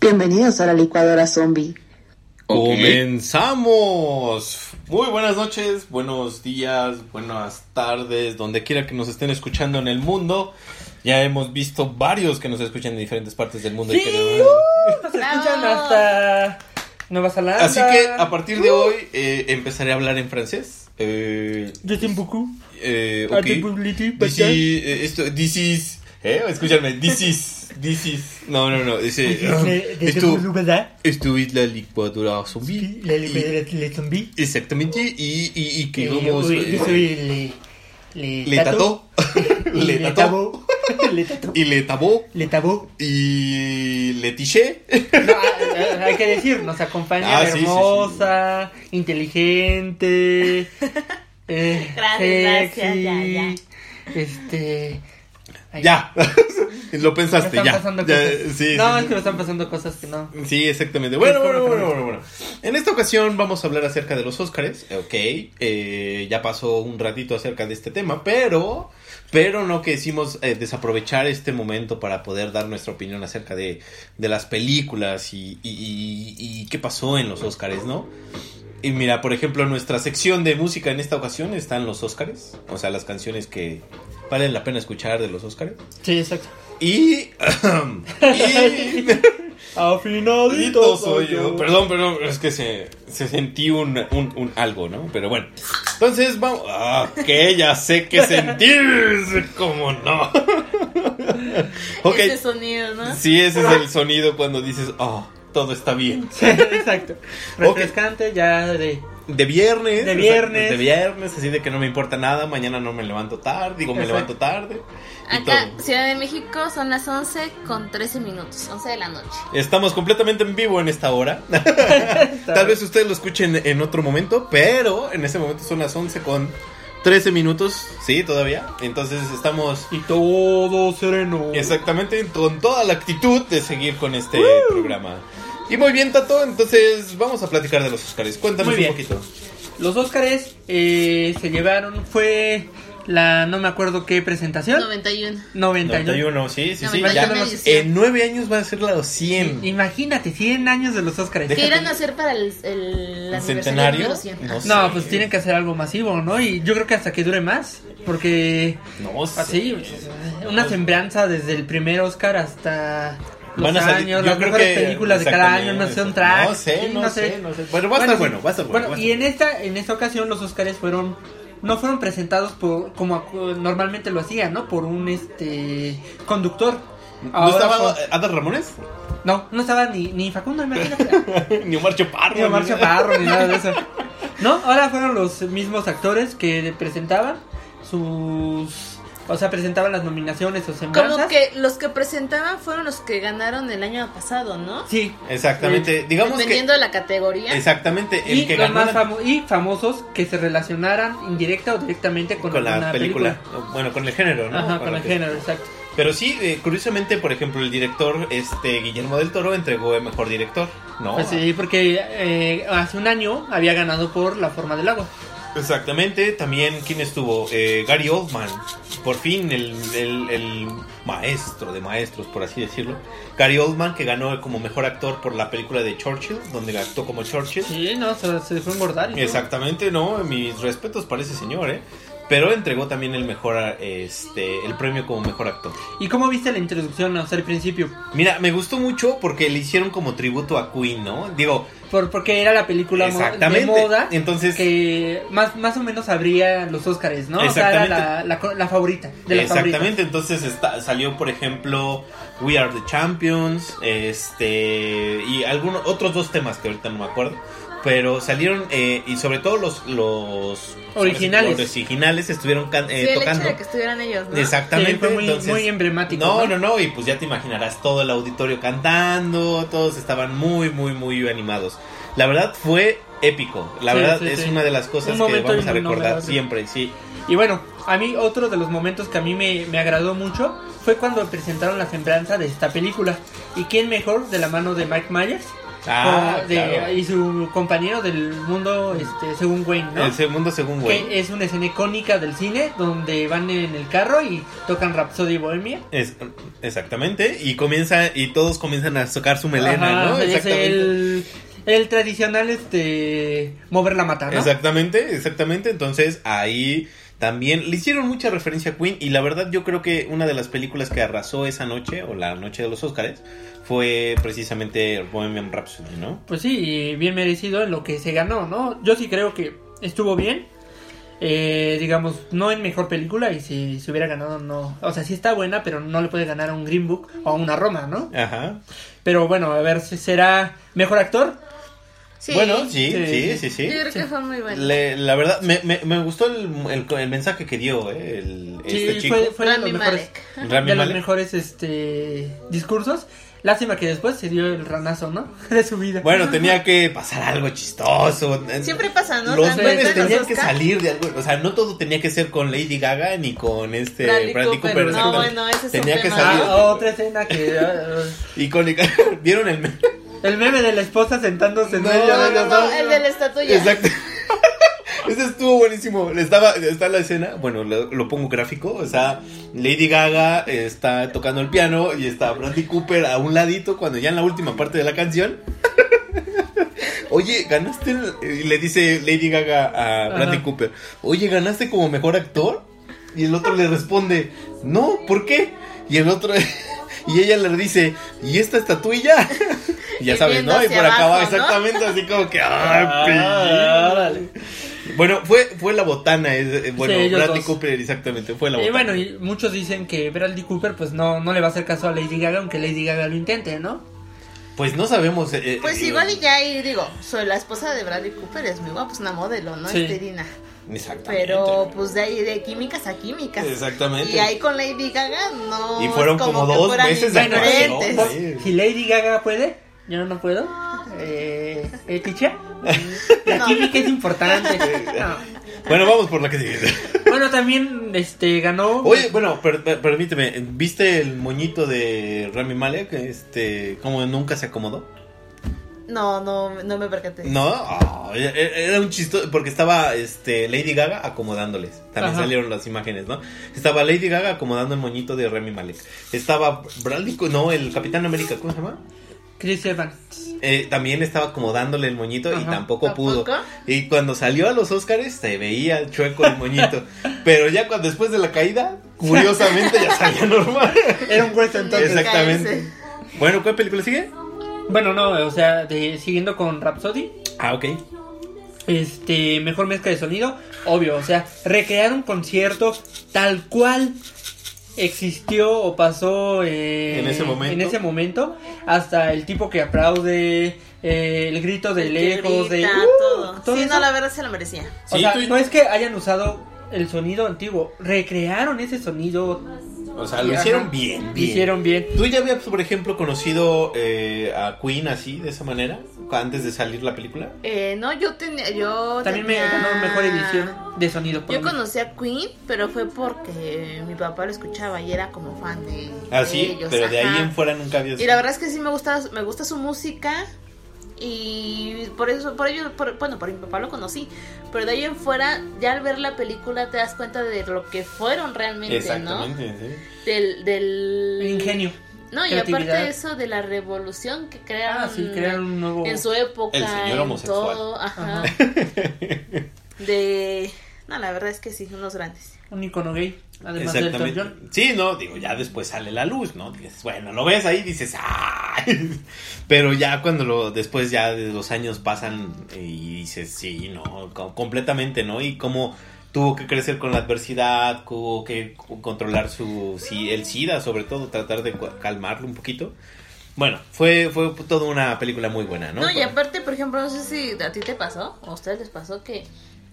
Bienvenidos a la licuadora zombie. Ok. ¡Comenzamos! Muy buenas noches, buenos días, buenas tardes, donde quiera que nos estén escuchando en el mundo. Ya hemos visto varios que nos escuchan de diferentes partes del mundo. y que- Nos escuchan hasta Nueva Zelanda. Así que a partir Uh. de hoy eh, empezaré a hablar en francés. Eh, Yo tampoco. eh, Ah, ok. te publicité, This ¿verdad? is- eh, esto, this is- ¿eh? Escúchame, this is, this is- No, no, ah, no, dice... eh, Desde- desde eh, um, esto- Hulu, ¿verdad? Esto es la licuadora zombie. La libertad de zombie. Exactamente, y, y, y que Eh, vamos... uy, eh, Yo soy le. Le tató. y le tató. Le tató. Y le tabó. Le tabó. Y le tiché. No, a- a- hay que decir, nos acompaña Ah, sí, sí, sí. hermosa, inteligente. eh, Gracias, sexy, gracias, ya, ya. Este. ay, Ya. Lo me pensaste, están ya. pasando Ya, cosas. sí, no, sí, es que me están pasando cosas que no. sí. Sí, exactamente. Bueno, Es Pues, bueno, correcto. bueno, bueno, bueno. En esta ocasión vamos a hablar acerca de los Óscares. Ok. eh, ya pasó un ratito acerca de este tema, pero. Pero no quisimos eh, desaprovechar este momento para poder dar nuestra opinión acerca de, de las películas y, y- y- y qué pasó en los Óscares, ¿no? Y mira, por ejemplo, en nuestra sección de música en esta ocasión están los Óscares, o sea, las canciones que valen la pena escuchar de los Óscares. Sí, exacto. Y. y Afinadito maldito soy yo. Perdón, perdón, es que se, se sentí un, un, un algo, ¿no? Pero bueno. Entonces vamos. Ah, que ya sé que sentir. ¿Cómo no? ok. Ese sonido, ¿no? Sí, ese es el sonido cuando dices, oh, todo está bien. Sí, exacto. Refrescante ya de. De viernes. De o sea, viernes. de viernes, así de que no me importa nada. Mañana no me levanto tarde. Digo, me Exacto. levanto tarde. Y Acá, todo. Ciudad de México, son las 11 con 13 minutos, 11 de la noche. Estamos completamente en vivo en esta hora. Tal vez ustedes lo escuchen en otro momento, pero en este momento son las 11 con 13 minutos, sí, todavía. Entonces estamos Y todo sereno. exactamente con toda la actitud de seguir con este programa. Y muy bien, Tato, entonces vamos a platicar de los Oscars. Cuéntanos Muy bien. un poquito. Los Óscares eh, se llevaron, fue la no me acuerdo qué presentación. 91. 91. 91, sí, sí, sí. 91 ya. años. En 9 años va a ser los 100. Imagínate, 100 años de los Óscares. Deja- ¿Qué irán a hacer para el, el aniversario centenario? número 100? No. No, pues tienen que hacer algo masivo, ¿no? Y yo creo que hasta que dure más, porque No sé. así, Ah, una semblanza desde el primer Oscar hasta los Van a salir- años, yo las creo mejores que- películas de cada año, no sé, un track. No sé, sí, no sé, no sé. Bueno, va a estar sí. bueno, va a estar bueno, va a y estar en bueno. esta, en esta ocasión los Oscars fueron, no fueron presentados por, como acu- normalmente lo hacían, ¿no? Por un, este, conductor. ¿No este- Ahora estaba eh. fue- Adal eh, Ramones? no, no estaba ni, ni Facundo, imagínate. ni Omar Chaparro. Ni Omar nada. Chaparro, ni nada de eso. No, ahora fueron los mismos actores que presentaban sus... O sea, presentaban las nominaciones o semblanzas. Como que los que presentaban fueron los que ganaron el año pasado, ¿no? Sí. Exactamente. Digamos que Dependiendo de la categoría. Exactamente, el Y, que los ganó más la- famo- y famosos que se relacionaran indirecta o directamente con, con, la una película. Bueno, con el género, ¿no? Ajá, Con con lo el que- género, exacto. Pero sí, eh, curiosamente, por ejemplo, el director este Guillermo del Toro entregó el mejor director, ¿no? Pues sí, porque eh, hace un año había ganado por La Forma del Agua. Exactamente, también quién estuvo Eh, Gary Oldman, por fin el, el- el maestro de maestros, por así decirlo. Gary Oldman que ganó como mejor actor por la película de Churchill, donde actuó como Churchill. Sí, no, se, se fue a engordar. y todo. Exactamente, no, mis respetos para ese señor, ¿eh? Pero entregó también el mejor, este, el premio como mejor actor. ¿Y cómo viste la introducción? O sea, el principio. Mira, me gustó mucho porque le hicieron como tributo a Queen, ¿no? Digo, Por, porque era la película mo- Exactamente. de moda. Entonces- Que más, más o menos habría los Óscares, ¿no? O sea, era Exactamente. la, la, co- la favorita. De las favoritas. exactamente, entonces está- salió, por ejemplo, We Are the Champions, este, y algunos otros dos temas que ahorita no me acuerdo, pero salieron, eh, y sobre todo los, los Originales. los originales estuvieron can- eh, sí, el tocando. hecho de que estuvieran ellos, ¿no? Exactamente, Sí, fue muy, entonces- muy emblemático. No, no, no, y pues ya te imaginarás todo el auditorio cantando, todos estaban muy, muy, muy animados. La verdad fue épico, la Sí, verdad sí, es sí. una de las cosas Un que momento vamos a recordar inolvidable. siempre, sí. Y bueno, a mí otro de los momentos que a mí me, me agradó mucho fue cuando presentaron la semblanza de esta película. ¿Y quién mejor de la mano de Mike Myers Ah, como de- claro. y su compañero del mundo, este, según Wayne, ¿no? El segundo según güey. Que es una escena icónica del cine donde van en el carro y tocan Rhapsody Bohemia. Es- exactamente. Y comienza, y todos comienzan a tocar su melena, Ajá, ¿no? es Exactamente. el, el tradicional este mover la mata, ¿no? Exactamente, exactamente. Entonces ahí también le hicieron mucha referencia a Queen y la verdad yo creo que una de las películas que arrasó esa noche o la noche de los Óscares fue precisamente Bohemian Rhapsody, ¿no? Pues sí, y bien merecido en lo que se ganó, ¿no? Yo sí creo que estuvo bien. Eh, digamos, no en mejor película y si se hubiera ganado, no. O sea, sí está buena, pero no le puede ganar a un Green Book o a una Roma, ¿no? Ajá. Pero bueno, a ver si será mejor actor. Sí. Bueno, sí, Sí, sí, sí, sí. Yo creo que fue muy bueno. Le- la verdad, me, me- me gustó el, el- el mensaje que dio eh, el, este sí, chico. fue, fue de los Rami mejores, Malek. Rami de los Malek. mejores este, discursos. Lástima que después se dio el ranazo, ¿no? De su vida. Bueno, tenía que pasar algo chistoso. Siempre pasa, ¿no? Los Tanto memes en los tenían que Oscar. salir de algo. O sea, no todo tenía que ser con Lady Gaga ni con este Bradley Bradley, Cooper. Cooper. No, exactamente. bueno, ese es un tenía que tema. salir. Ah, otra escena que. ah, Icónica. ¿Vieron el meme? el meme de la esposa sentándose en No, medio No, de no, los no, dos. el de la estatua. Exacto. Ese estuvo buenísimo. Les daba- está la escena, bueno, lo, lo pongo gráfico. O sea, Lady Gaga está tocando el piano y está Bradley Cooper a un ladito cuando ya en la última parte de la canción. Oye, ganaste. el- Y le dice Lady Gaga a Bradley Ajá. Cooper: Oye, ganaste como mejor actor. Y el otro le responde: No, ¿por qué? Y el otro. Y ella le dice: ¿Y esta estatuilla? Y ya Y sabes, viendo ¿no? Y hacia por acá va, abajo, ¿no? exactamente así como que. Ah, "Ah, pillín". órale. Bueno, fue, fue la botana, es- eh, bueno, Sí, ellos Bradley dos. Cooper, exactamente, fue la Y botana. bueno, y muchos dicen que Bradley Cooper pues no, no le va a hacer caso a Lady Gaga, aunque Lady Gaga lo intente, ¿no? Pues no sabemos. eh, eh, Pues digo, igual y ya, y digo, soy la esposa de Bradley Cooper, es muy guapa, pues una modelo, ¿no? Sí. Esterina. Exactamente. Pero pues de ahí, de químicas a químicas. Exactamente. Y ahí con Lady Gaga no. Y fueron es como que dos fueran veces de Bueno, eh, actuación, diferentes. ¿no? pues, si Lady Gaga puede, yo no puedo. Eh, ¿eh, Ticha? La No. química es importante. No. Bueno, vamos por la que sigue. Bueno, también este ganó. Oye, bueno, per- per- permíteme, ¿viste el moñito de Rami Malek? Este, como nunca se acomodó. No, no, no me percaté. No, Ah, era- era un chistoso, porque estaba este, Lady Gaga acomodándoles. También Ajá. salieron las imágenes, ¿no? Estaba Lady Gaga acomodando el moñito de Remy Malek. Estaba Bradley, Coo- no, el Capitán América, ¿cómo se llama? Chris Evans. Eh, también estaba acomodándole el moñito y Ajá. tampoco, pudo. ¿Tampoco? Y cuando salió a los Óscares se veía chueco el moñito. Pero ya cuando después de la caída, curiosamente ya salía normal. Era un hueso entonces. Exacto. Exactamente. Bueno, ¿cuál película sigue? Bueno, no, o sea, de- siguiendo con Rhapsody. Ah, ok. Este, mejor mezcla de sonido, obvio, o sea, recrear un concierto tal cual existió o pasó eh, En ese momento. en ese momento, hasta el tipo que aplaude, eh, el grito de Que lejos, de... grita, ¡uh! todo. todo sí, eso. no, la verdad se lo merecía. O Sí, sea, tú- no es que hayan usado el sonido antiguo, recrearon ese sonido, O sea, lo hicieron Ajá. bien, bien. hicieron bien. ¿Tú ya habías, por ejemplo, conocido eh, a Queen así, de esa manera, antes de salir la película? Eh, no, yo tenía. Yo También me tenía- ganó mejor edición de sonido. por Yo lo menos. conocí a Queen, pero fue porque mi papá lo escuchaba y era como fan de, de Así, ellos. Ah, pero de ahí ajá. en fuera nunca habías... Y la verdad es que sí me gusta, me gusta su música y por eso, por ello, por- bueno, por mi papá lo conocí, pero de ahí en fuera, ya al ver la película te das cuenta de lo que fueron realmente, ¿no? Exactamente, sí. Del, del Ingenio. No, y creatividad. aparte de eso de la revolución que crearon, Ah, sí, crearon un nuevo... en su época, El señor en homosexual. todo, ajá. de, no, la verdad es que sí, unos grandes. Un icono gay, además del Elton Exactamente. John. Sí, no, digo, ya después sale la luz, ¿no? Dices, bueno, lo ves ahí, dices, ¡ay! Pero ya cuando lo, después ya de los años pasan y dices, sí, no, Co- completamente, ¿no? Y cómo tuvo que crecer con la adversidad, tuvo que cu- controlar su, si- el SIDA, sobre todo, tratar de cu- calmarlo un poquito. Bueno, fue, fue toda una película muy buena, ¿no? No, y aparte, por ejemplo, no sé si a ti te pasó o a ustedes les pasó que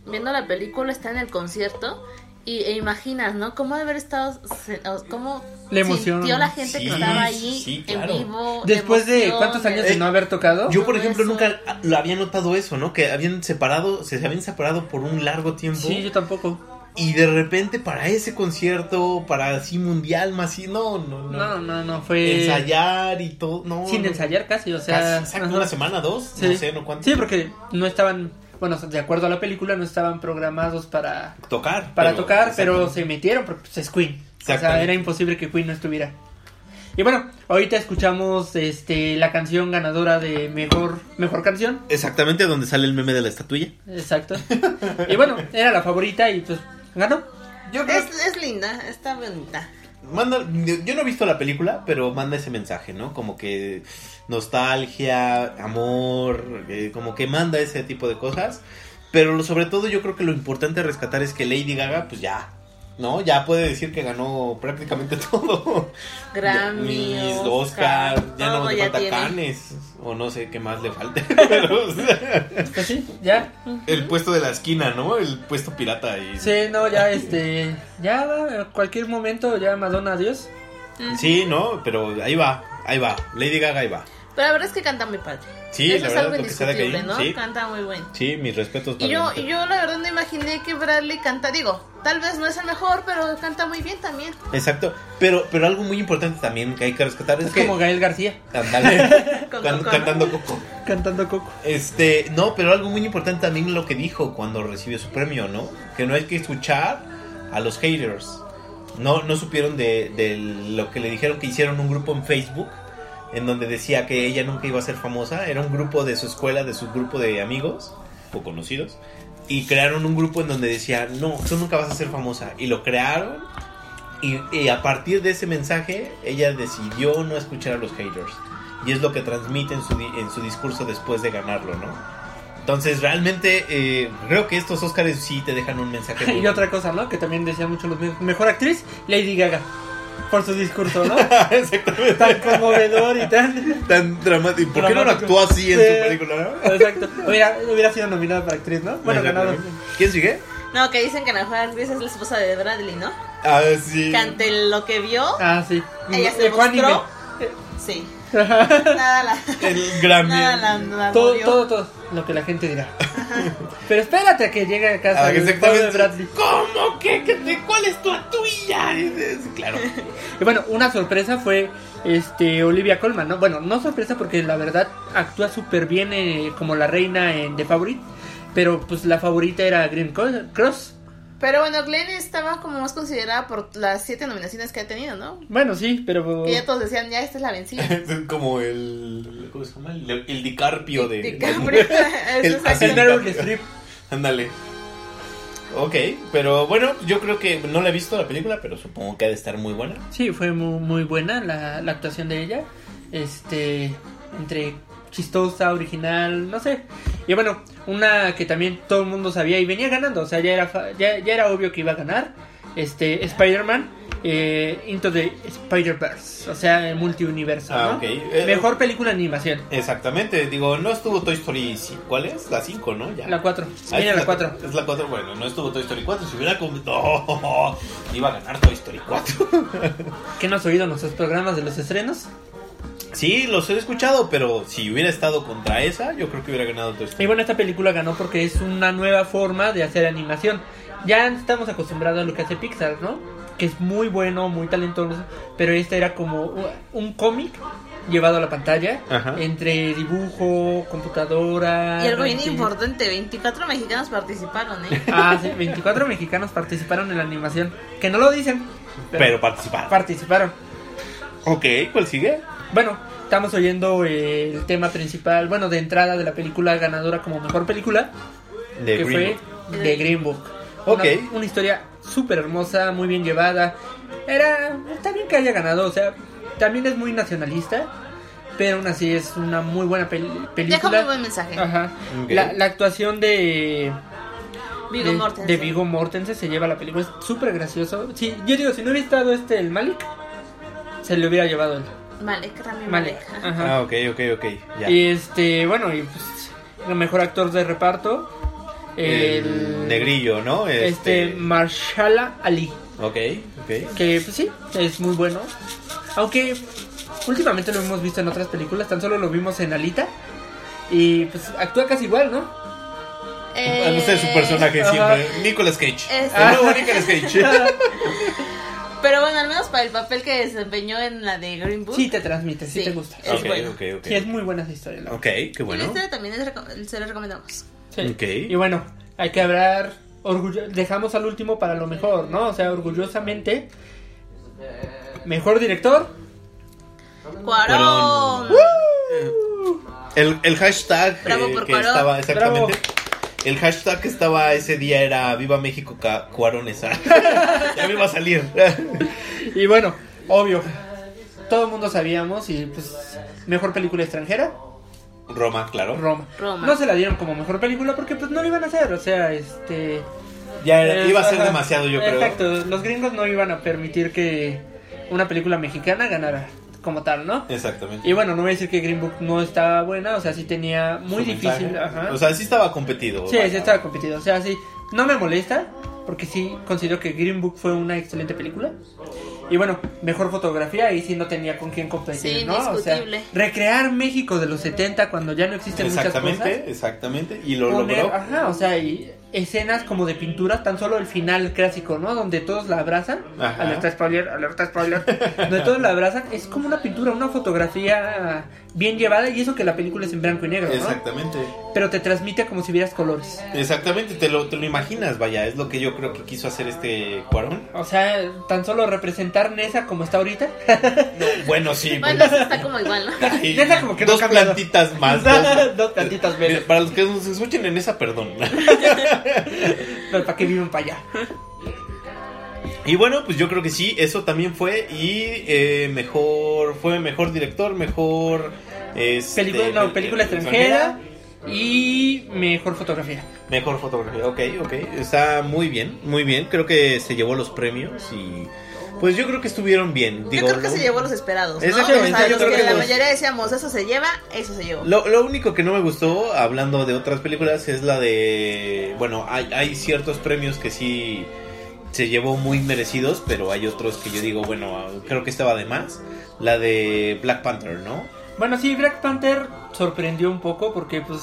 viendo la película está en el concierto y e imaginas, ¿no? Cómo de haber estado, se- o cómo La emoción. sintió la gente Sí, que estaba allí sí, claro. en vivo. Después la de emoción, cuántos años el- de no haber tocado. Eh, Yo, por todo ejemplo, eso. nunca ah, lo había notado eso, ¿no? Que habían separado, se habían separado por un largo tiempo. Sí, yo tampoco. Y de repente para ese concierto, para así mundial, más así, no, no, no. No, no, no, fue. Ensayar y todo, no. Sin no. ensayar casi, o sea. Casi, exacto, ajá. una semana, dos, Sí. no sé, no cuánto. Sí, porque no estaban. Bueno, de acuerdo a la película, no estaban programados para, Tocar. para pero- tocar, pero exacto. se metieron porque pues, es Queen. O sea, Exactamente. era imposible que Queen no estuviera. Y bueno, ahorita escuchamos este la canción ganadora de mejor mejor canción. Exactamente donde sale el meme de la estatuilla. Exacto. Y bueno, era la favorita y pues ganó. Yo creo Es, es linda, está bonita. Manda, yo no he visto la película, pero manda ese mensaje, ¿no? Como que nostalgia, amor, eh, como que manda ese tipo de cosas. Pero lo- sobre todo yo creo que lo importante a rescatar es que Lady Gaga, pues ya, ¿no? Ya puede decir que ganó prácticamente todo. Grammy, Mis Oscar, Oscar, ya no todo le ya falta tiene. Cannes, o no sé qué más le falte. Pero, o sea, Pues sí, ya. el puesto de la esquina, ¿no? El puesto pirata. Y... Sí, no, ya este. Ya va, a cualquier momento, ya Madonna, adiós. sí, ¿no? Pero ahí va, ahí va. Lady Gaga, ahí va. Pero la verdad es que canta muy padre. Sí, la Eso es verdad, algo lo que sea de Caín, indiscutible, ¿no? sí. Canta muy bien. Sí, mis respetos para Y yo, Benito. y yo la verdad no imaginé que Bradley canta, digo, tal vez no es el mejor, pero canta muy bien también. Exacto, pero, pero algo muy importante también que hay que rescatar es, Es que... como Gael García Ándale. Con Can- Coco, ¿no? cantando Coco. cantando Coco. Este, no, pero algo muy importante también lo que dijo cuando recibió su premio, ¿no? Que no hay que escuchar a los haters. No, no supieron de, de lo que le dijeron que hicieron un grupo en Facebook en donde decía que ella nunca iba a ser famosa. Era un grupo de su escuela, de su grupo de amigos o conocidos. Y crearon un grupo en donde decía, no, tú nunca vas a ser famosa. Y lo crearon. Y, y a partir de ese mensaje, ella decidió no escuchar a los haters. Y es lo que transmite en su, di- en su discurso después de ganarlo, ¿no? Entonces, realmente, eh, creo que estos Óscares sí te dejan un mensaje. muy Y bueno. otra cosa, ¿no? Que también decían mucho los medios. Mejor actriz, Lady Gaga. Por su discurso, ¿no? Exactamente. tan conmovedor y tan. Tan dramático. ¿Por qué no lo Dramático. actuó así en Sí. su película? no? Exacto. Hubiera, hubiera sido nominada para actriz, ¿no? Bueno, ganado. Exactamente. ¿Quién sigue? No, que dicen que la mejor actriz es la esposa de Bradley, ¿no? Ah, sí. Que ante lo que vio, Ah, sí. ella se Eh, fue anime. mostró. Sí. Nada la. El Grammy. Nada la. la Todo, movió. todo, todo. Lo que la gente dirá. Pero espérate a que llegue a casa Ah, el exactamente. pobre Bradley. ¿Cómo? ¿Qué? ¿Qué te- ¿Cuál es tu tuya? Dices, Claro. Y bueno, una sorpresa fue este Olivia Colman, ¿no? Bueno, no sorpresa porque la verdad actúa súper bien eh, como la reina en The Favorite, pero pues la favorita era Green Co- Cross. Pero bueno, Glenn estaba como más considerada por las siete nominaciones que ha tenido, ¿no? Bueno, sí, pero Que ya todos decían, ya esta es la vencida. Es como el. ¿Cómo se llama? El, el DiCarpio de. DiCaprio. El- Eso es así el exacto. Meryl Streep. Ándale. Ok, pero bueno, yo creo que no la he visto la película, pero supongo que ha de estar muy buena. Sí, fue muy, muy buena la, la actuación de ella. Este, entre chistosa, original, no sé. Y bueno, una que también todo el mundo sabía y venía ganando, o sea, ya era, fa- ya, ya era obvio que iba a ganar. Este, Spider-Man, eh, Into the Spider-Verse, o sea, el multiuniverso. Ah, ¿no? ok. Eh, Mejor película de animación, Exactamente, digo, no estuvo Toy Story 5, ¿cuál es? La 5, ¿no? Ya. la 4. Ah, Viene es la 4. Es la 4, bueno, no estuvo Toy Story 4, si hubiera comido... ¡No! iba a ganar Toy Story 4. ¿Qué no has oído en nuestros programas de los estrenos? Sí, los he escuchado, pero si hubiera estado contra esa, yo creo que hubiera ganado Toy Y Story. bueno, esta película ganó porque es una nueva forma de hacer animación. Ya estamos acostumbrados a lo que hace Pixar, ¿no? Que es muy bueno, muy talentoso, pero este era como u- un cómic llevado a la pantalla Ajá. entre dibujo, computadora. Y algo bien este- importante: 24 mexicanos participaron, ¿eh? Ah, sí, 24 mexicanos participaron en la animación, que no lo dicen, Pero participaron. participaron. ok, ¿cuál sigue? Bueno, estamos oyendo eh, el tema principal, bueno, de entrada de la película ganadora como mejor película, De que Green Book. fue The Green Book. Ok. Una, una historia súper hermosa, muy bien llevada. Era. Está bien que haya ganado, o sea, también es muy nacionalista, pero aún así es una muy buena pel- Deja muy película. buen mensaje. Ajá. Ok. La, la actuación de. Vigo de- Mortensen. De Vigo Mortensen se lleva la película, es súper gracioso. Sí, yo digo, si no hubiera estado este, el Malik, se le hubiera llevado el Malek, Rami Malik. Malek. Ajá. Ah, ok, ok, ok. Ya. Y este, bueno, y pues, el mejor actor de reparto, el, El negrillo, ¿no? este, Marshala Ali, Ok, ok. que pues sí, es muy bueno. Aunque últimamente lo hemos visto en otras películas, tan solo lo vimos en Alita. Y pues actúa casi igual, ¿no? Eh, Ah, No sé su personaje siempre. Nicolas Cage. Este. El nuevo Nicolas Cage. Pero bueno, al menos para el papel que desempeñó en la de Green Book. Sí te transmite, sí, Sí. te gusta. Es bueno. Ah, ok, ok. Sí, es muy buena esa historia. la Ok, verdad. qué Y la Este bueno. historia también es reco- se la recomendamos. Sí. Ok. Y bueno, hay que hablar. orgullo- Dejamos al último para lo mejor, ¿no? O sea, orgullosamente. Mejor director. Cuarón. El, el hashtag Bravo eh, por que Cuarón. estaba exactamente. Bravo. El hashtag que estaba ese día era Viva México Ca- Cuaronesa. ya me iba a salir. Y bueno, obvio. Todo el mundo sabíamos y pues mejor película extranjera, Roma, claro. Roma. Roma. No se la dieron como mejor película porque pues no lo iban a hacer, o sea, este Ya era- eh, iba a ser ajá. demasiado, yo creo. Exacto, los gringos no iban a permitir que una película mexicana ganara como tal, Eh. ¿no? Exactamente. Y bueno, no voy a decir que Green Book no estaba buena, o sea, sí tenía muy Su difícil, mensaje. ajá. O sea, sí estaba competido. Sí, vaya. sí estaba competido. O sea, sí, no me molesta, porque sí considero que Green Book fue una excelente película. Y bueno, mejor fotografía y sí no tenía con quién competir, Sí, ¿no? O sea, indiscutible. recrear México de los 70 cuando ya no existen muchas cosas. Exactamente, exactamente. Y lo Poner- logró. Ajá, o sea, y escenas como de pinturas, tan solo el final clásico, ¿no? Donde todos la abrazan. Ajá. Alerta spoiler, alerta spoiler. donde todos la abrazan. Es como una pintura, una fotografía bien llevada y eso que la película es en blanco y negro, ¿no? Exactamente. Pero te transmite como si vieras colores. Exactamente, te lo, te lo imaginas, vaya. Es lo que yo creo que quiso hacer este Cuarón. O sea, tan solo representar Nesa como está ahorita. No, bueno, sí. Bueno, eso está como igual, ¿no? Y Neta, como que no dos ha cambiado. plantitas más. dos- Dos plantitas Mira, verdes. para los que nos escuchen en esa, perdón. Pero para qué viven para allá. Y bueno, pues yo creo que sí, eso también fue. Y eh, mejor, fue mejor director, mejor. este, Película, no, pe- película extranjera y mejor fotografía. Mejor fotografía, ok, ok. Está muy bien, muy bien. Creo que se llevó los premios y. Pues yo creo que estuvieron bien. Digo, yo creo que lo- se llevó los esperados. ¿no? Exactamente, O sea, yo los creo que que la los- mayoría decíamos, eso se lleva, eso se llevó. Lo, lo único que no me gustó, hablando de otras películas, es la de... Bueno, hay, hay ciertos premios que sí se llevó muy merecidos, pero hay otros que yo digo, bueno, creo que estaba de más. La de Black Panther, ¿no? Bueno, sí, Black Panther sorprendió un poco porque, pues.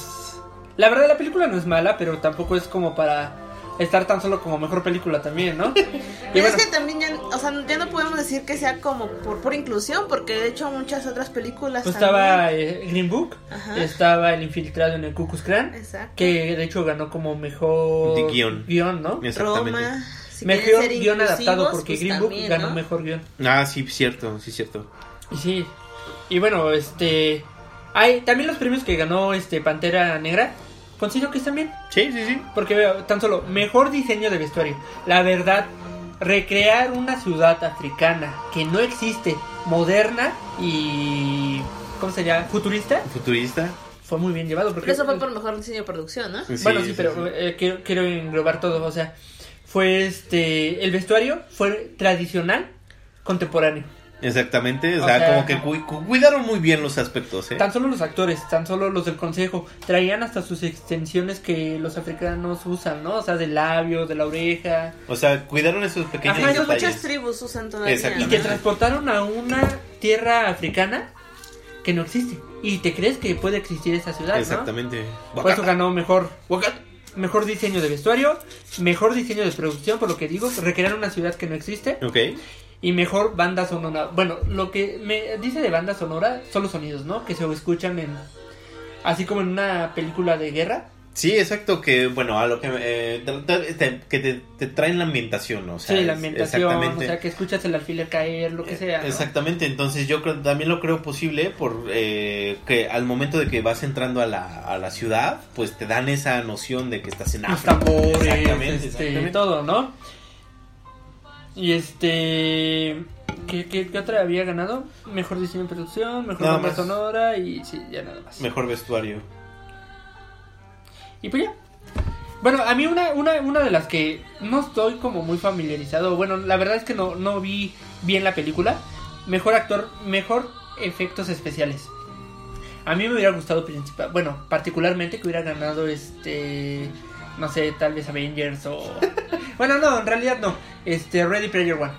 La verdad, la película no es mala, pero tampoco es como para estar tan solo como mejor película también, ¿no? Y Pero bueno, pues, es que también ya, o sea, ya no podemos decir que sea como por, por inclusión, porque de hecho muchas otras películas pues también- estaba eh, Green Book, Ajá. estaba El Infiltrado en el Ku Klux Klan, Exacto. que de hecho ganó como mejor. De guión. ¿no? Exactamente. Roma, si quieren mejor ser guión adaptado inclusivos, porque pues Green Book también, ganó ¿no? mejor guión. Ah, sí, cierto, sí, cierto. Y sí. Y bueno, este hay también los premios que ganó este Pantera Negra. Considero que están bien, Sí, sí, sí. porque veo tan solo mejor diseño de vestuario. La verdad, recrear una ciudad africana que no existe, moderna y ¿cómo sería? futurista, Futurista. fue muy bien llevado porque Pero eso fue por mejor diseño de producción, ¿no? bueno, sí, pero eh, quiero, quiero englobar todo, o sea, fue este el vestuario fue tradicional contemporáneo. Exactamente, o, O sea, sea, como que cu- cu- cuidaron muy bien los aspectos, ¿eh? Tan solo los actores, tan solo los del consejo, traían hasta sus extensiones que los africanos usan, ¿no? O sea, del labio, de la oreja. O sea, cuidaron esos pequeños Ajá, Porque esos detalles. muchas tribus usan todavía. Exactamente. Y te transportaron a una tierra africana que no existe. Y te crees que puede existir esa ciudad, ¿no? Pues Exactamente. Por eso ganó mejor, Wakanda. mejor diseño de vestuario, mejor diseño de producción, por lo que digo, recrear una ciudad que no existe. Ok. Y mejor banda sonora. Bueno, lo que me dice de banda sonora son los sonidos, ¿no? Que se escuchan en... Así como en una película de guerra. Sí, exacto, que bueno, a lo que, eh, tra- tra- te- que te, te traen la ambientación, o sea, sí, la es- Eh, ambientación, o sea, que escuchas el alfiler caer, lo que sea. ¿no? Exactamente, entonces yo creo, también lo creo posible por eh, que al momento de que vas entrando a la, a la ciudad, pues te dan esa noción de que estás en Los África. tambores, exactamente, este, exactamente. todo, ¿no? Y este. ¿qué, qué, qué otra había ganado? Mejor diseño de producción, mejor Nada banda más. sonora y sí, ya nada más. Mejor vestuario. Y pues ya. Bueno, a mí una, una, una de las que no estoy como muy familiarizado. Bueno, la verdad es que no, no vi bien la película. Mejor actor, mejor efectos especiales. A mí me hubiera gustado principal, bueno, particularmente que hubiera ganado este, no sé, tal vez Avengers o bueno, no, en realidad no, este Ready Player One,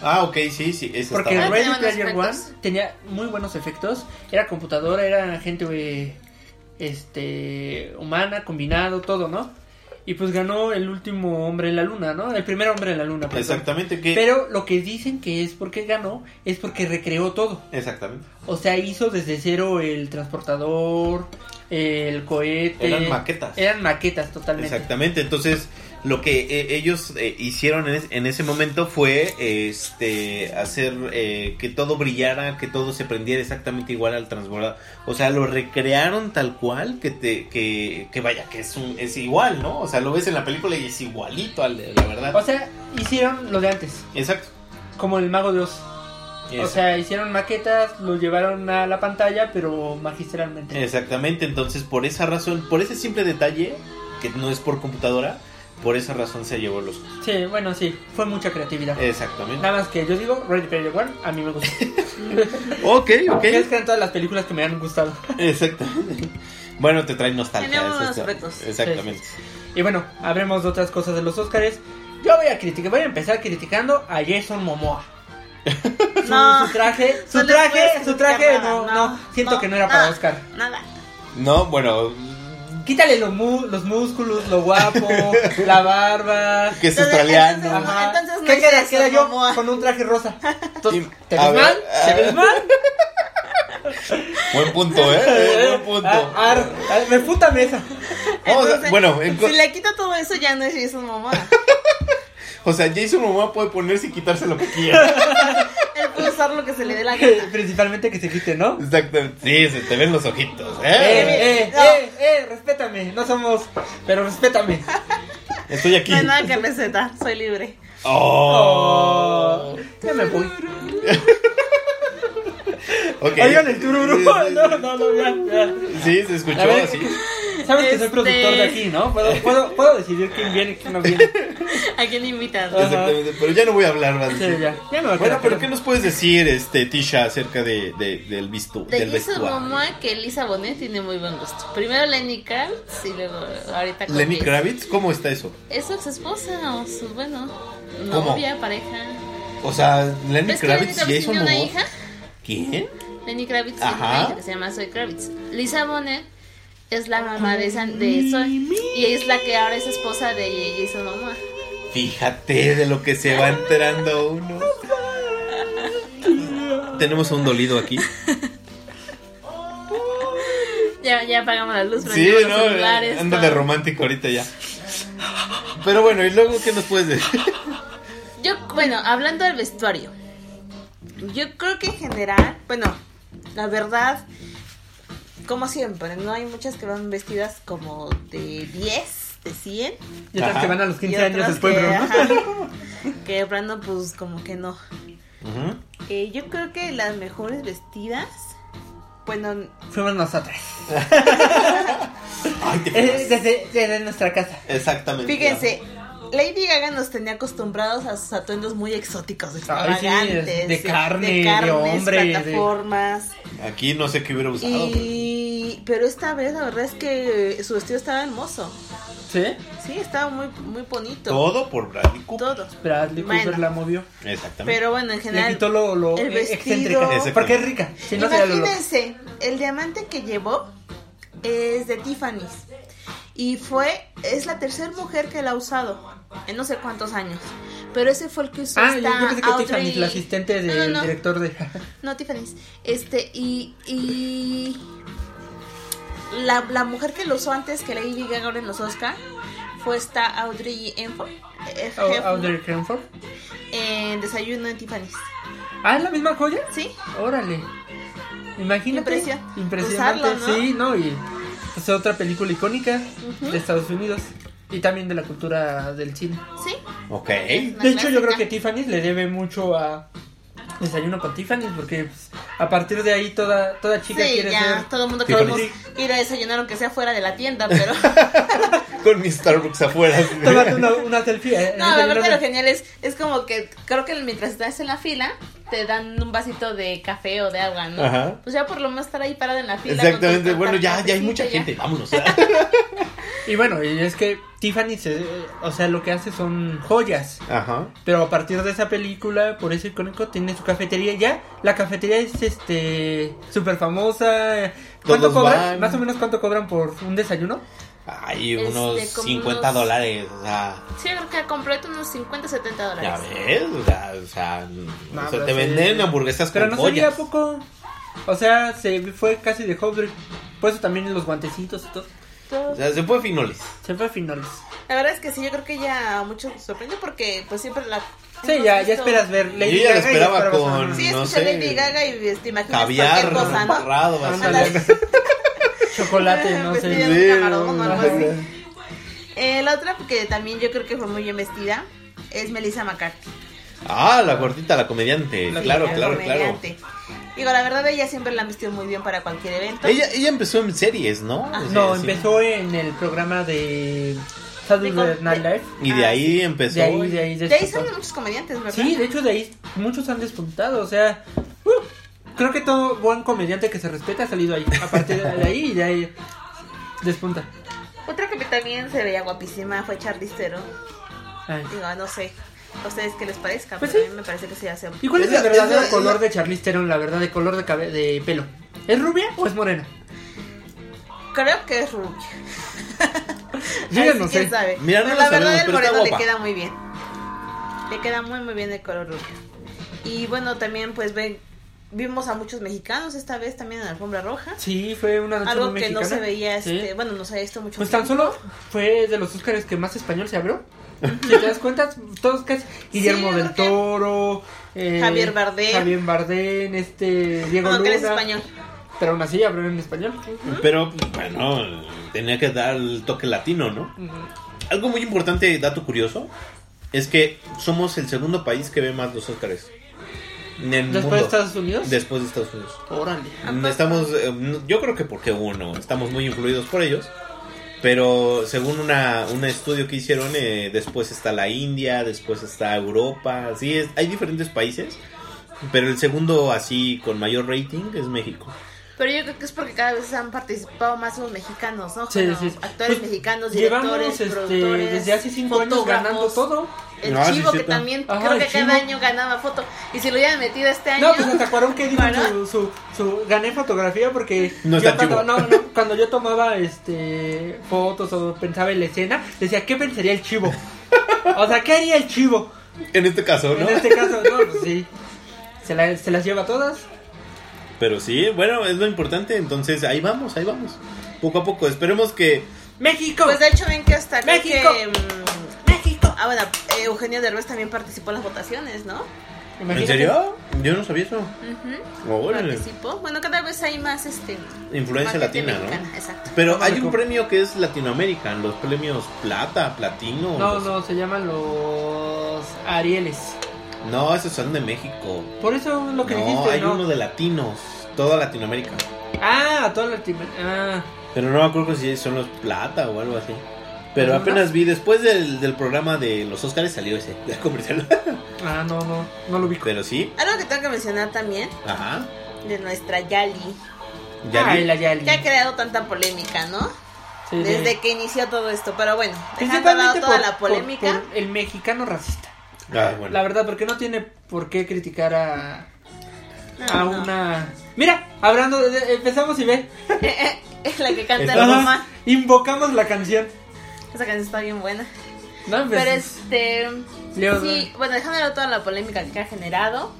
Ah, ok, sí, sí, esa porque está Ah, Ready tenía buenos Player efectos. One tenía muy buenos efectos, era computadora, era gente eh, este humana, combinado, todo, ¿no? Y pues ganó el último hombre en la luna, ¿no? El primer hombre en la luna. perdón. Exactamente, que... Pero lo que dicen que es porque ganó es porque recreó todo. Exactamente. O sea, hizo desde cero el transportador, el cohete. Eran maquetas. Eran maquetas totalmente. Exactamente, entonces lo que eh, ellos eh, hicieron en, es- en ese momento fue este hacer eh, que todo brillara, que todo se prendiera exactamente igual al transbordador. O sea, lo recrearon tal cual que te que, que vaya, que es un es igual, ¿no? O sea, lo ves en la película y es igualito al de la verdad. O sea, hicieron lo de antes, Exacto. como el mago de Oz. O Exacto. sea, hicieron maquetas, lo llevaron a la pantalla, pero magistralmente. Exactamente, entonces por esa razón, por ese simple detalle, que no es por computadora, por esa razón se llevó los... Sí, bueno, sí, fue mucha creatividad. Exactamente. Nada más que yo digo, Ready Player One, a mí me gusta. Ok, ok. Creo que eran todas las películas que me han gustado. Exactamente. Bueno, te trae nostalgia. Tenemos eso unos está- retos. Exactamente. Y bueno, habremos de otras cosas de los Oscars. Yo voy a criticar, voy a empezar criticando a Jason Momoa. Su, No. su traje, su No le traje, puedes su criticar traje, nada, no, no, siento que no era para nada, Oscar. Nada. No, bueno, Quítale los, mu- los músculos, lo guapo, la barba. que es Entonces, australiano. Ajá. Entonces no ¿Qué es queda, eso, queda yo Momoa. con un traje rosa? Entonces, Sí, ¿Te a ves ver, mal? a ¿Te ver. ves mal? Buen punto, ¿eh? eh, Buen punto. Ah, ar- ar- me puta mesa. Vamos a- ah, Entonces, Oh, bueno, en co- si le quita todo eso ya no es Jason Momoa. O sea, Jason Momoa puede ponerse y quitarse lo que quiera. Él puede usar lo que se le dé la gana. Principalmente que se quite, ¿no? Exactamente. Sí, se te ven los ojitos, ¿eh? Eh, eh, no. eh, eh, respétame. No somos, pero respétame. Estoy aquí. No hay nada que recetar, soy libre. Oh. Ya me voy. Ok. Oigan el tururú. No, no, no, ya, ya. Sí, se escuchó A ver. así. Sabes que soy Este- productor de aquí, ¿no? Puedo, puedo, puedo decidir quién viene y quién no viene. ¿A quién invitas? Ajá. Exactamente. Pero ya no voy a hablar más. Sí, ya. Ya me va a Bueno, quedar pero ¿qué claro. nos puedes decir, este, Tisha, acerca de, de- del, vistu, De del Jason vestuario? Momoa que Elisa Bonet tiene muy buen gusto. Primero Lenny Kravitz y luego ahorita con ¿Lenny Jason. Kravitz? ¿Cómo está eso? Es su ex esposa o su, bueno, ¿Cómo? novia, pareja. O sea, Lenny ¿Ves que Lenny Kravitz, Kravitz Jason tiene una Momoa. hija? ¿Quién? Lenny Kravitz tiene Ajá. una hija que se llama Zoe Kravitz. Lisa Bonet es la mamá de, esa, de Zoe y es la que ahora es esposa de Jason Momoa. Fíjate de lo que se va enterando uno. Tenemos a un dolido aquí. Ya, ya apagamos la luz, Sí, prendimos los no, celulares. anda todo. de romántico ahorita ya. Pero bueno, ¿y luego qué nos puedes decir? Yo, bueno, hablando del vestuario, yo creo que en general, bueno, la verdad, como siempre, no hay muchas que van vestidas como de 10, de 100. Y otras Ajá. que van a los 15 y años otras después, que, pero ¿no? ajá, que de plano, pues como que no. Ujú. Eh, yo creo que las mejores vestidas, bueno, Fuimos nosotras. Ay, te Eh, fijas. Desde, desde nuestra casa. Exactamente. fíjense. Lady Gaga nos tenía acostumbrados a sus atuendos muy exóticos, extravagantes, de carne, de carnes, hombre, de- plataformas. Aquí no sé qué hubiera usado. Y... Pero esta vez la verdad es que su vestido estaba hermoso. ¿Sí? Sí, estaba muy, muy bonito. pero Todo por Bradley Cooper. Todo. Bradley Bueno. Cooper la movió. Exactamente. Pero bueno, en Le general. quitó lo, lo el e- excéntrica. vestido. Porque es rica. Si no sería lo loco. Imagínense, el diamante que llevó es de Tiffany's. Y fue, es la tercera mujer que la ha usado en no sé cuántos años. Pero ese fue el que usó Ah, yo, esta yo pensé que Audrey- Tiffany, la asistente del No, no, no. director de. No, Tiffany's. Este, y. y... La, la mujer que lo usó antes que Lady Gaga ahora en los Oscar fue esta Audrey Hepburn eh, Oh, Hepburn, Audrey Cranford. en Desayuno en Tiffany's. Ah, es la misma joya. ¿Sí? Órale. Imagínate. Impresia- Impresionante. usarlo, ¿no? Sí, no, y pues otra película icónica de Estados Unidos y también de la cultura del cine. ¿Sí? Ok. Una de hecho, yo creo clásica. que Tiffany le debe mucho a Desayuno con Tiffany porque pues, a partir de ahí toda toda chica Sí, quiere ya, ser todo el mundo Tiffany's. queremos ir a desayunar aunque sea fuera de la tienda, pero... Con mi Starbucks afuera. Tómate una, una selfie. eh, No, la desayuno verdad con- lo genial es, es como que creo que mientras estás en la fila te dan un vasito de café o de agua, ¿no? Ajá. Pues ya por lo menos estar ahí parada en la fila. Ah. Exactamente. con tu- Bueno, ya, ya hay cafecito, mucha ya. gente. Vámonos. Y bueno, y es que Tiffany, se- o sea, lo que hace son joyas. Ajá. Pero a partir de esa película, por eso icónico, tiene su cafetería ya. La cafetería es este súper famosa. ¿Cuánto Todos cobran? van. Más o menos cuánto cobran por un desayuno. Ay, Este, unos como 50 unos- dólares, o sea, Sí, yo creo que completo unos 50, 70 ya dólares. ves, o sea, o sea, No, o sea, pero te sí. venden hamburguesas Pero con no sería joyas. poco. O sea, se fue casi de Hobbs. Por eso también los guantecitos y todo. Todo. O sea, se fue finolis. Se fue a finales. La verdad es que sí, yo creo que ya a muchos nos sorprende porque pues siempre la... Sí, hemos ya, ya visto- esperas ver. Yo ya la Gaga y esperaba esperabas a- con- Sí, no escuchar sé. Lady Gaga y este, te imaginas Caviar, cualquier cosa, ¿no? amarrado, así. Ándale. Chocolate, no Vestida sé. de Sí, camarón o Pues algo así. ajá. Eh, la otra que también yo creo que fue muy bien vestida es Melissa McCarthy. Ah, la gordita, la comediante. La Ah, claro, la claro, comediante. Digo, la verdad ella siempre la han vestido muy bien para cualquier evento. claro. Ella, ella empezó en series, ¿no? Ah. O sea, No, sí. empezó en el programa de Saturday De- Night Live. Y de Ah, ahí empezó. De ahí, de ahí, De ahí despuntó. salen muchos comediantes, ¿verdad? Sí, de hecho de ahí muchos han despuntado, o sea, uh, creo que todo buen comediante que se respeta ha salido ahí, a partir de ahí y de ahí despunta. Otra que también se veía guapísima fue Charlize Theron. Ay. Digo, no sé a ustedes qué les parezca, Pues pero sí. a mí me parece que se hace... ¿Y cuál es, Es el la- verdadero es la- color es de Charlize Theron, la verdad, de color de, cabe- de pelo? ¿Es rubia o es morena? Creo que es rubia. Yo Ay, ya sí, no quién sé. sabe. Mira, no Pero lo la verdad sabemos, el pero está moreno le guapa. queda muy bien. Le queda muy muy bien el color rubio. Y bueno, también pues ven vimos a muchos mexicanos esta vez también en la alfombra roja. Sí, fue una noche Algo muy que no se mexicana. veía Sí. este, bueno, no se había visto mucho. Pues tan tiempo. solo fue de los Óscares que más español se abrió. Si te das cuenta, todos casi. Guillermo yo del creo que- Toro, eh, Javier Bardem. Javier Bardem, este, Diego Bueno, que Luna. eres español. Pero aún así abrieron en español. Pero, bueno, tenía que dar el toque latino, ¿no? Algo muy importante, dato curioso, es que somos el segundo país que ve más los Óscares. En el Después mundo. de Estados Unidos. Después de Estados Unidos. Órale. ¿A poco? Estamos, eh, no- yo creo que porque uno, estamos muy influidos por ellos. Pero según una, un estudio que hicieron, eh, después está la India, después está Europa, así es, hay diferentes países. Pero el segundo así con mayor rating es México. Pero yo creo que es porque cada vez han participado más los mexicanos, ¿no? Sí, Bueno, sí, sí. Actores Pues, mexicanos, Llevamos directores, este, productores. desde hace cinco años fotógrafos. ganando todo. El Ah, sí, chivo que cierto. también Ajá, creo el que cada Chivo. año ganaba foto. Y si lo hubieran metido este año. No, pues hasta Cuarón que dijo su, ¿Cuarón? su, su- gané fotografía porque No yo está cuando, chivo. no, no, cuando yo tomaba este fotos o pensaba en la escena, decía, ¿qué pensaría el chivo? O sea, ¿qué haría el chivo? En este caso, ¿no? En este caso, no, pues sí. Se, la- se las lleva todas. Pero sí, bueno, es lo importante, entonces ahí vamos, ahí vamos. Poco a poco, esperemos que... México. Pues de hecho ven que hasta creo México. que, mm, México. ah, bueno, eh, Eugenio Derbez también participó en las votaciones, ¿no? Imagínate. ¿En serio? Yo no sabía eso. Órale. Participó. Bueno, cada vez hay más este Influencia más gente latina, mexicana, ¿no? Exacto. Pero Vamos, hay un ¿cómo? premio que es Latinoamérica, los premios plata, platino. No, los- no, se llaman los Arieles. No, esos son de México. Por eso es lo que no, dijiste, hay ¿no? uno de latinos, toda Latinoamérica. Ah, toda la Ah, Pero no me acuerdo si son los plata o algo así. Pero Ajá. apenas vi, después del, del programa de los Óscares salió ese, la comercial. ah, no, no, no lo ubico. Pero sí, Algo que tengo que mencionar también ajá. de nuestra Yali, Ya Ay, vi. Ah, la Yali. que ha creado tanta polémica, ¿no? Sí, sí. Desde que inició todo esto, pero bueno, dejando a un lado Principalmente toda por, la por- polémica, por el mexicano racista. Ah, bueno. La verdad, porque no tiene por qué criticar a, no, a no. una... Mira, hablando, de- de- empezamos y ve. es la que canta la Estamos- mamá. Invocamos la canción. Esa canción está bien buena. No, pues, Pero este. Leo, sí, bueno, dejándolo toda la polémica que ha generado.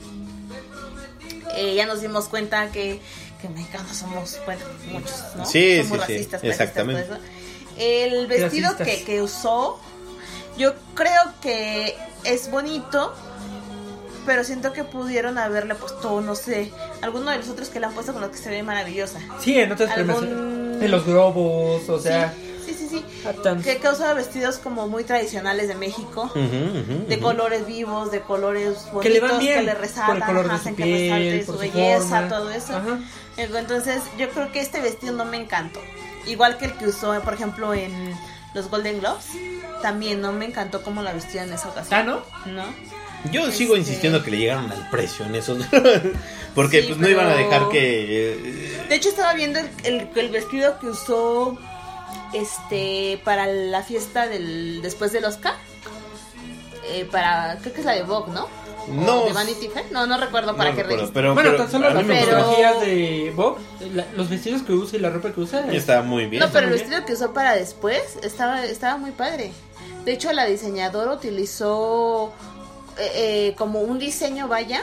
eh, ya nos dimos cuenta que, que mexicanos somos, bueno, muchos, ¿no? Sí, somos sí, sí, racistas, exactamente. todo eso. El vestido Clasistas. que, que usó, yo creo que es bonito, pero siento que pudieron haberle puesto, no sé, alguno de los otros que le han puesto con los que se ve maravillosa. Sí, en otras algún- premios- En los globos, o sea... sí, sí, sí. a tan- Que causa vestidos como muy tradicionales de México Ujú, ujú, de ujú. colores vivos, de colores bonitos, Que le van bien que le por resaltan, el color de hacen su que piel, resalte por su su belleza, forma. todo eso. Ajá. Entonces, yo creo que este vestido no me encantó. Igual que el que usó, por ejemplo, en los Golden Globes, también no me encantó cómo la vistió en esa Ah, ocasión. ¿no? ¿No? Yo sigo Este- insistiendo que le llegaron al precio en esos. Porque Sí, pues no iban a pero- dejar que. eh, De hecho, estaba viendo el, el- el vestido que usó este para la fiesta del después del Oscar. Eh, para, creo que es la de Vogue, ¿no? o Oh. No. de Vanity Fair. No, no recuerdo para No qué recuerdo, revista. pero, bueno, pero tan solo a mí las me pero- gustó. fotografías de Bob, la- los vestidos que usa y la ropa que usa. Y está muy bien. No, pero el muy bien. vestido que usó para después estaba, estaba muy padre. De hecho, la diseñadora utilizó eh, eh, como un diseño vaya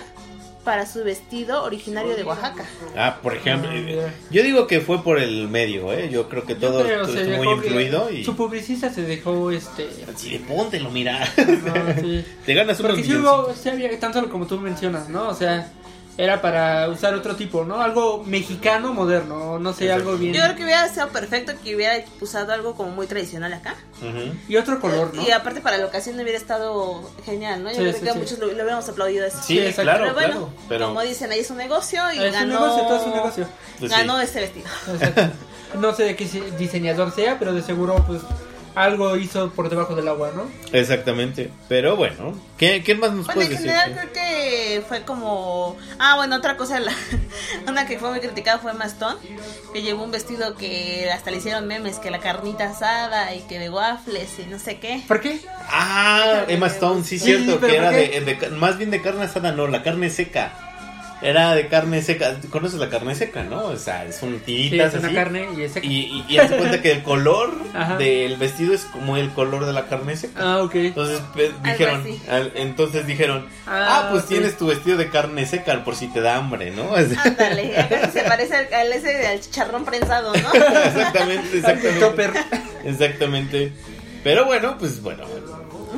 para su vestido originario de Oaxaca. Ah, por ejemplo, Ah, eh, ya. yo digo que fue por el medio, ¿eh? Yo creo que Yo todo creo, estu- se estuvo muy dejó que- influido y... Su publicista se dejó este. Así de póntelo, mira. no, sí. Te ganas unos Porque sí milloncitos. hubo, sí había, tan solo como tú mencionas, ¿no? O sea, era para usar otro tipo, ¿no? Algo mexicano moderno, no sé, algo bien. Yo creo que hubiera sido perfecto que hubiera usado algo como muy tradicional acá. Ujú. Y otro color, ¿no? Y aparte para la ocasión hubiera estado genial, ¿no? Yo Sí, creo sí, que a sí. muchos lo, lo hubiéramos aplaudido eso. Sí, exacto. claro, pero bueno, claro. Pero, como dicen, ahí es un negocio y Ah, Es ganó... un negocio, todo es un negocio. pues, sí. ganó este vestido. Exacto. No sé de qué se- diseñador sea, pero de seguro, pues, algo hizo por debajo del agua, ¿no? Exactamente. Pero bueno, ¿qué, qué más nos Bueno, puedes en decir? general creo que fue como... Ah, bueno, otra cosa, la... una que fue muy criticada fue Maston, que llevó un vestido que hasta le hicieron memes, que la carnita asada y que de waffles y no sé qué. ¿Por qué? Ah, Emma Stone, sí, Sí, cierto, pero que era ¿por de, qué? de- Más bien de carne asada, no, la carne seca. Era de carne seca. ¿Conoces la carne seca, no? O sea, son Sí, tiritas es una así. carne y es seca. Y, y, y haz de cuenta que el color Ajá. del vestido es como el color de la carne seca. Ah, ok. Entonces pues, dijeron, así. al- entonces dijeron, ah, Ah, pues sí. tienes tu vestido de carne seca por si te da hambre, ¿no? O sea, Ándale, acá se parece al, al ese, al chicharrón prensado, ¿no? exactamente, El topper. exactamente. Exactamente. Pero bueno, pues bueno.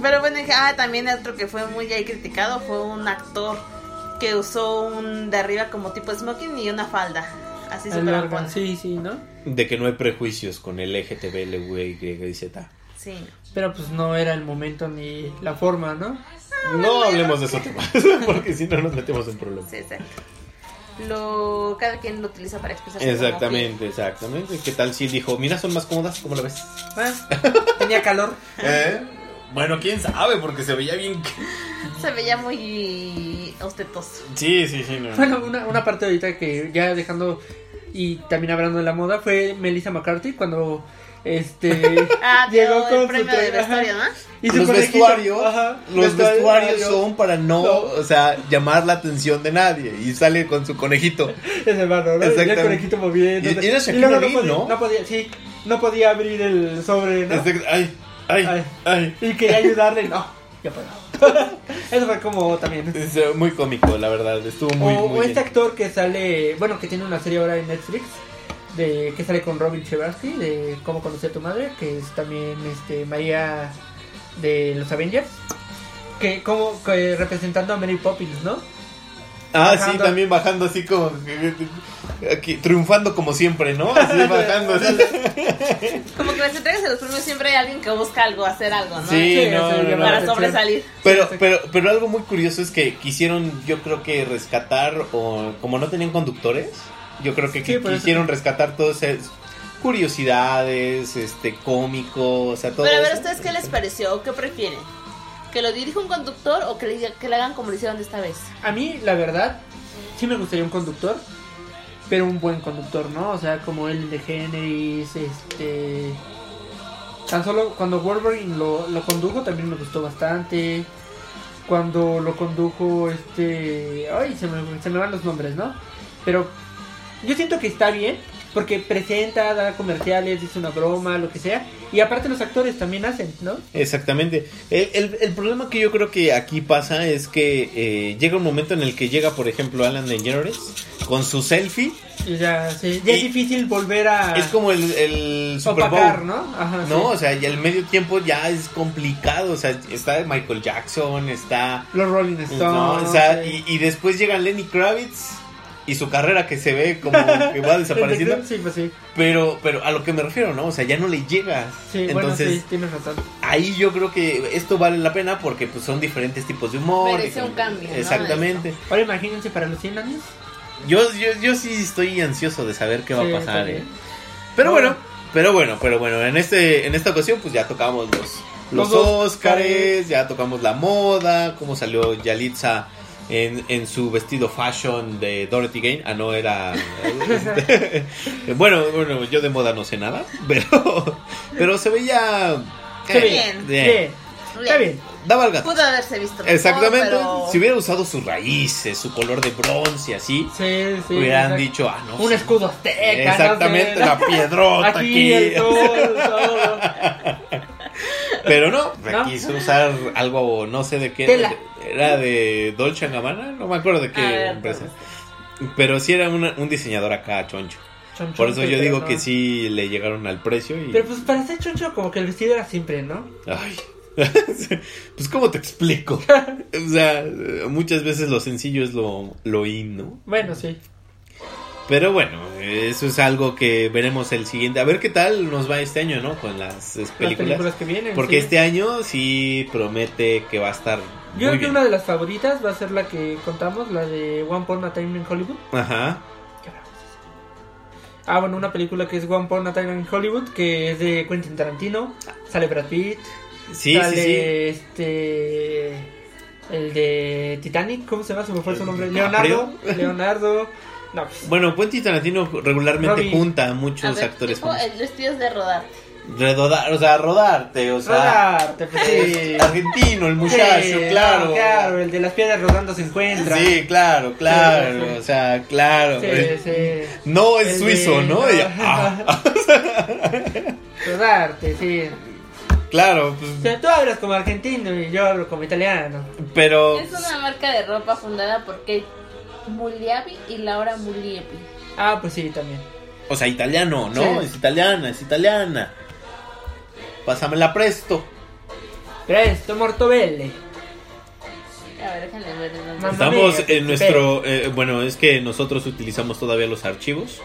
Pero bueno, dije, ah, también otro que fue muy ahí criticado fue un actor que usó un de arriba como tipo smoking y una falda. Así El súper largo. ampona. Sí. Sí, sí, ¿no? De que no hay prejuicios con el LGTB, LV, E Z. Pero pues no era el momento ni la forma, ¿no? No hablemos de esos temas, porque si no nos metemos en problemas. sí, exacto. Lo, cada quien lo utiliza para expresarse. como Exactamente, exactamente. ¿Qué tal si dijo, mira, son más cómodas? ¿Cómo la ves? Ah, tenía calor. ¿Eh? Bueno, quién sabe, porque se veía bien. quiere. Se veía muy ostentoso. Sí, sí, sí. no. Bueno, una, una parte ahorita que ya dejando y también hablando de la moda fue Melissa McCarthy cuando este Ah, llegó llegó con el su premio de traje, ajá, vestuario, ¿no? y su los conejito, vestuarios, ajá, los vestuarios son para no, No. o sea, llamar la atención de nadie y sale con su conejito. Ese barro, ¿no? Y el Exactamente. conejito moviendo. Y- y era Shaquille luego O'Neal, podía- ¿no? podía, sí, no podía abrir el sobre, ¿no? Este- ay, ay, ay, Ay. Y quería ayudarle, no, ya puedo. Eso fue como también. Es eh, muy cómico, la verdad. Estuvo muy, o, muy o este bien. actor que sale, bueno, que tiene una serie ahora en Netflix, de que sale con Robin Chevarsky, de Cómo conocer a tu madre, que es también este María de los Avengers, que como que representando a Mary Poppins, ¿no? Ah, sí, bajando. también bajando así como que- aquí, triunfando como siempre, ¿no? Así bajando. así. Como que las entregas de los premios siempre hay alguien que busca algo, hacer algo, ¿no? Sí, Ah, Sí, no, sí, no, no. llamar Para la atención. sobresalir. Pero, pero, pero algo muy curioso es que quisieron, yo creo que rescatar, o como no tenían conductores, yo creo que Sí, qui- por eso. quisieron rescatar todas esas curiosidades, este, cómico, o sea, todo. Pero a ver, eso. ¿ustedes qué les pareció? ¿O qué prefieren? ¿Que lo dirija un conductor o que le, diga- que le hagan como lo hicieron esta vez? A mí, la verdad, sí me gustaría un conductor, pero un buen conductor, ¿no? O sea, como el de Generis, este... Tan solo cuando Wolverine lo, lo condujo también me gustó bastante. Cuando lo condujo este... Ay, se me, se me van los nombres, ¿no? Pero yo siento que está bien, porque presenta, da comerciales, dice una broma, lo que sea. Y aparte los actores también hacen, ¿no? Exactamente. El, el- el problema que yo creo que aquí pasa es que eh, llega un momento en el que llega, por ejemplo, Alan DeGeneres con su selfie. Y ya, sí, ya Y- es difícil volver a... Es como el, el Super Ah. opacar, Bowl. ¿no? Ajá, sí. No, o sea, y el medio tiempo ya es complicado. O sea, está Michael Jackson, está Los Rolling Stones. No, o sea, sí. y, y después llega Lenny Kravitz y su carrera que se ve como que va desapareciendo. Sí, pues sí. Pero, pero a lo que me refiero, ¿no? O sea, ya no le llega. Sí, bueno, Entonces, sí, tienes razón. ahí yo creo que esto vale la pena porque pues son diferentes tipos de humor. Merece y- un cambio, ¿no? Exactamente. Ahora imagínense para los 100 años. Yo, yo, yo sí estoy ansioso de saber qué va Sí, a pasar. también. ¿eh? Pero No. bueno, pero bueno, pero bueno, en este, en esta ocasión, pues ya tocamos los, los Los dos. Óscares, ya tocamos la moda, cómo salió Yalitza en, en su vestido fashion de Dorothy Gain. Ah, no, era. bueno, bueno, yo de moda no sé nada, pero, pero se veía. Se eh, veía bien. bien. Bien. Está bien. Daba al gato. Pudo haberse visto. mejor, Exactamente. pero- Si hubiera usado sus raíces, su color de bronce, así, Sí, sí. hubieran exacto. dicho, ah, no. Un sí. escudo azteca. no sé. Exactamente, la piedrota Aquí, aquí. el sol, todo. Pero no, ¿No? quiso usar algo, no sé de qué. Tela. Ah, Era de Dolce Gabbana, no me acuerdo de qué A ver, empresa. Pero sí era una- un diseñador acá choncho. Choncho, Por eso yo pero digo no. que sí le llegaron al precio y... Pero pues para ser choncho, como que el vestido era simple, ¿no? Ay. pues cómo te explico. O sea, muchas veces lo sencillo es lo, lo in, ¿no? Bueno, sí. Pero bueno, eso es algo que veremos el siguiente. A ver qué tal nos va este año, ¿no? Con las, eh, Las películas. películas que vienen. Porque sí. este año sí promete que va a estar... muy Yo creo que bien. una de las favoritas va a ser la que contamos, la de One Upon a Time in Hollywood. Ajá. ¿Qué hablamos de eso? Ah, bueno, una película que es One Upon a Time in Hollywood, que es de Quentin Tarantino, sale Brad Pitt, Sí, sale sí, sí. este el de Titanic, ¿cómo se llama? Se me fue su nombre. Leonardo, DiCaprio. Leonardo. No, pues, Bueno, Quentin Tarantino regularmente Robin. junta a A muchos ver, actores. tipo, famosos. el vestido es de rodar. Redodar, o sea, rodarte, o sea... Rodarte, pues, sí. es Argentino, el Ah, muchacho, Sí, claro. claro, el de las piedras rodando se encuentra. Sí, claro, claro, Sí, sí. o sea, claro. Eh, sí, sí. No es El suizo, de- ¿no? Y- ah, ah, Rodarte, sí. claro, pues, O sea, tú hablas como argentino y yo hablo como italiano. pero Es una marca de ropa fundada por Kate Muliavi y Laura Muliepi. Ah, pues sí, también. o sea, italiano, ¿no? Sí. Es italiana, es italiana. Pásamela presto. Presto Mortobelle. A ver, déjenle ver. de dónde- Mamá Estamos mía, en qué nuestro, eh, bueno, es que nosotros utilizamos todavía los archivos.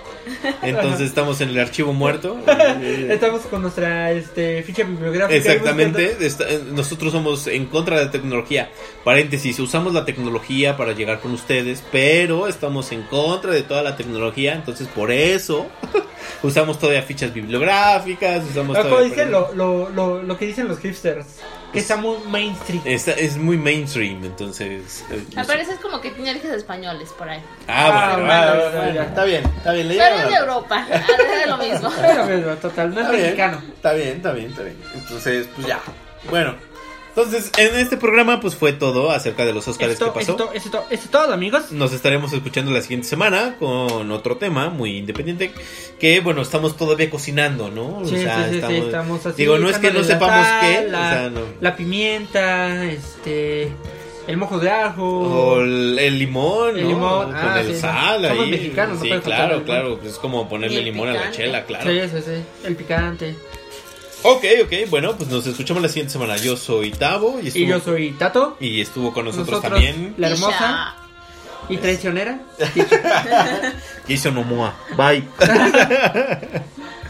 Entonces estamos en el archivo muerto. Eh, Estamos con nuestra este, ficha bibliográfica. Exactamente, está- eh, nosotros somos en contra de la tecnología. Paréntesis, usamos la tecnología para llegar con ustedes, pero estamos en contra de toda la tecnología, entonces por eso usamos todavía fichas bibliográficas, usamos Buscando- O como todavía- dicen lo, lo, lo, lo que dicen los hipsters. Que está muy mainstream. Está- es muy mainstream, entonces. eh, no sé. Apareces como que tiene orígenes españoles por ahí. Ah, Ah, bueno, bueno, ah, bueno, bueno, ya. está bien, está bien. le Pero llegaron es de a- Europa. Ah, es lo mismo. Pero, pero, total, no es Está bien, mexicano. Está bien, está bien, está bien. Entonces, pues ya. Bueno, entonces en este programa pues fue todo acerca de los Oscars que Esto, pasó. Mm, esto, esto, esto todo, amigos. Nos estaremos escuchando la siguiente semana con otro tema muy independiente que bueno, estamos todavía cocinando, ¿no? O Sí, sea, sí, sí, estamos- sí, estamos así. Digo, no es que no echándole la sepamos sal, qué, o La, sea, no. la pimienta, este, el mojo de ajo. O el, el limón, El ¿no? limón, con ah, el sí, sal somos ahí. mexicanos, no sí, puede faltar el claro, limón. claro, pues es como ponerle Y el limón a la picante. chela, claro. Sí, sí, sí. El picante. Ok, ok, bueno, pues nos escuchamos la siguiente semana. Yo soy Tavo y estuvo, Y yo soy Tato. y estuvo con nosotros, Nosotros- también La hermosa Isha. y traicionera. Jason Momoa. Bye.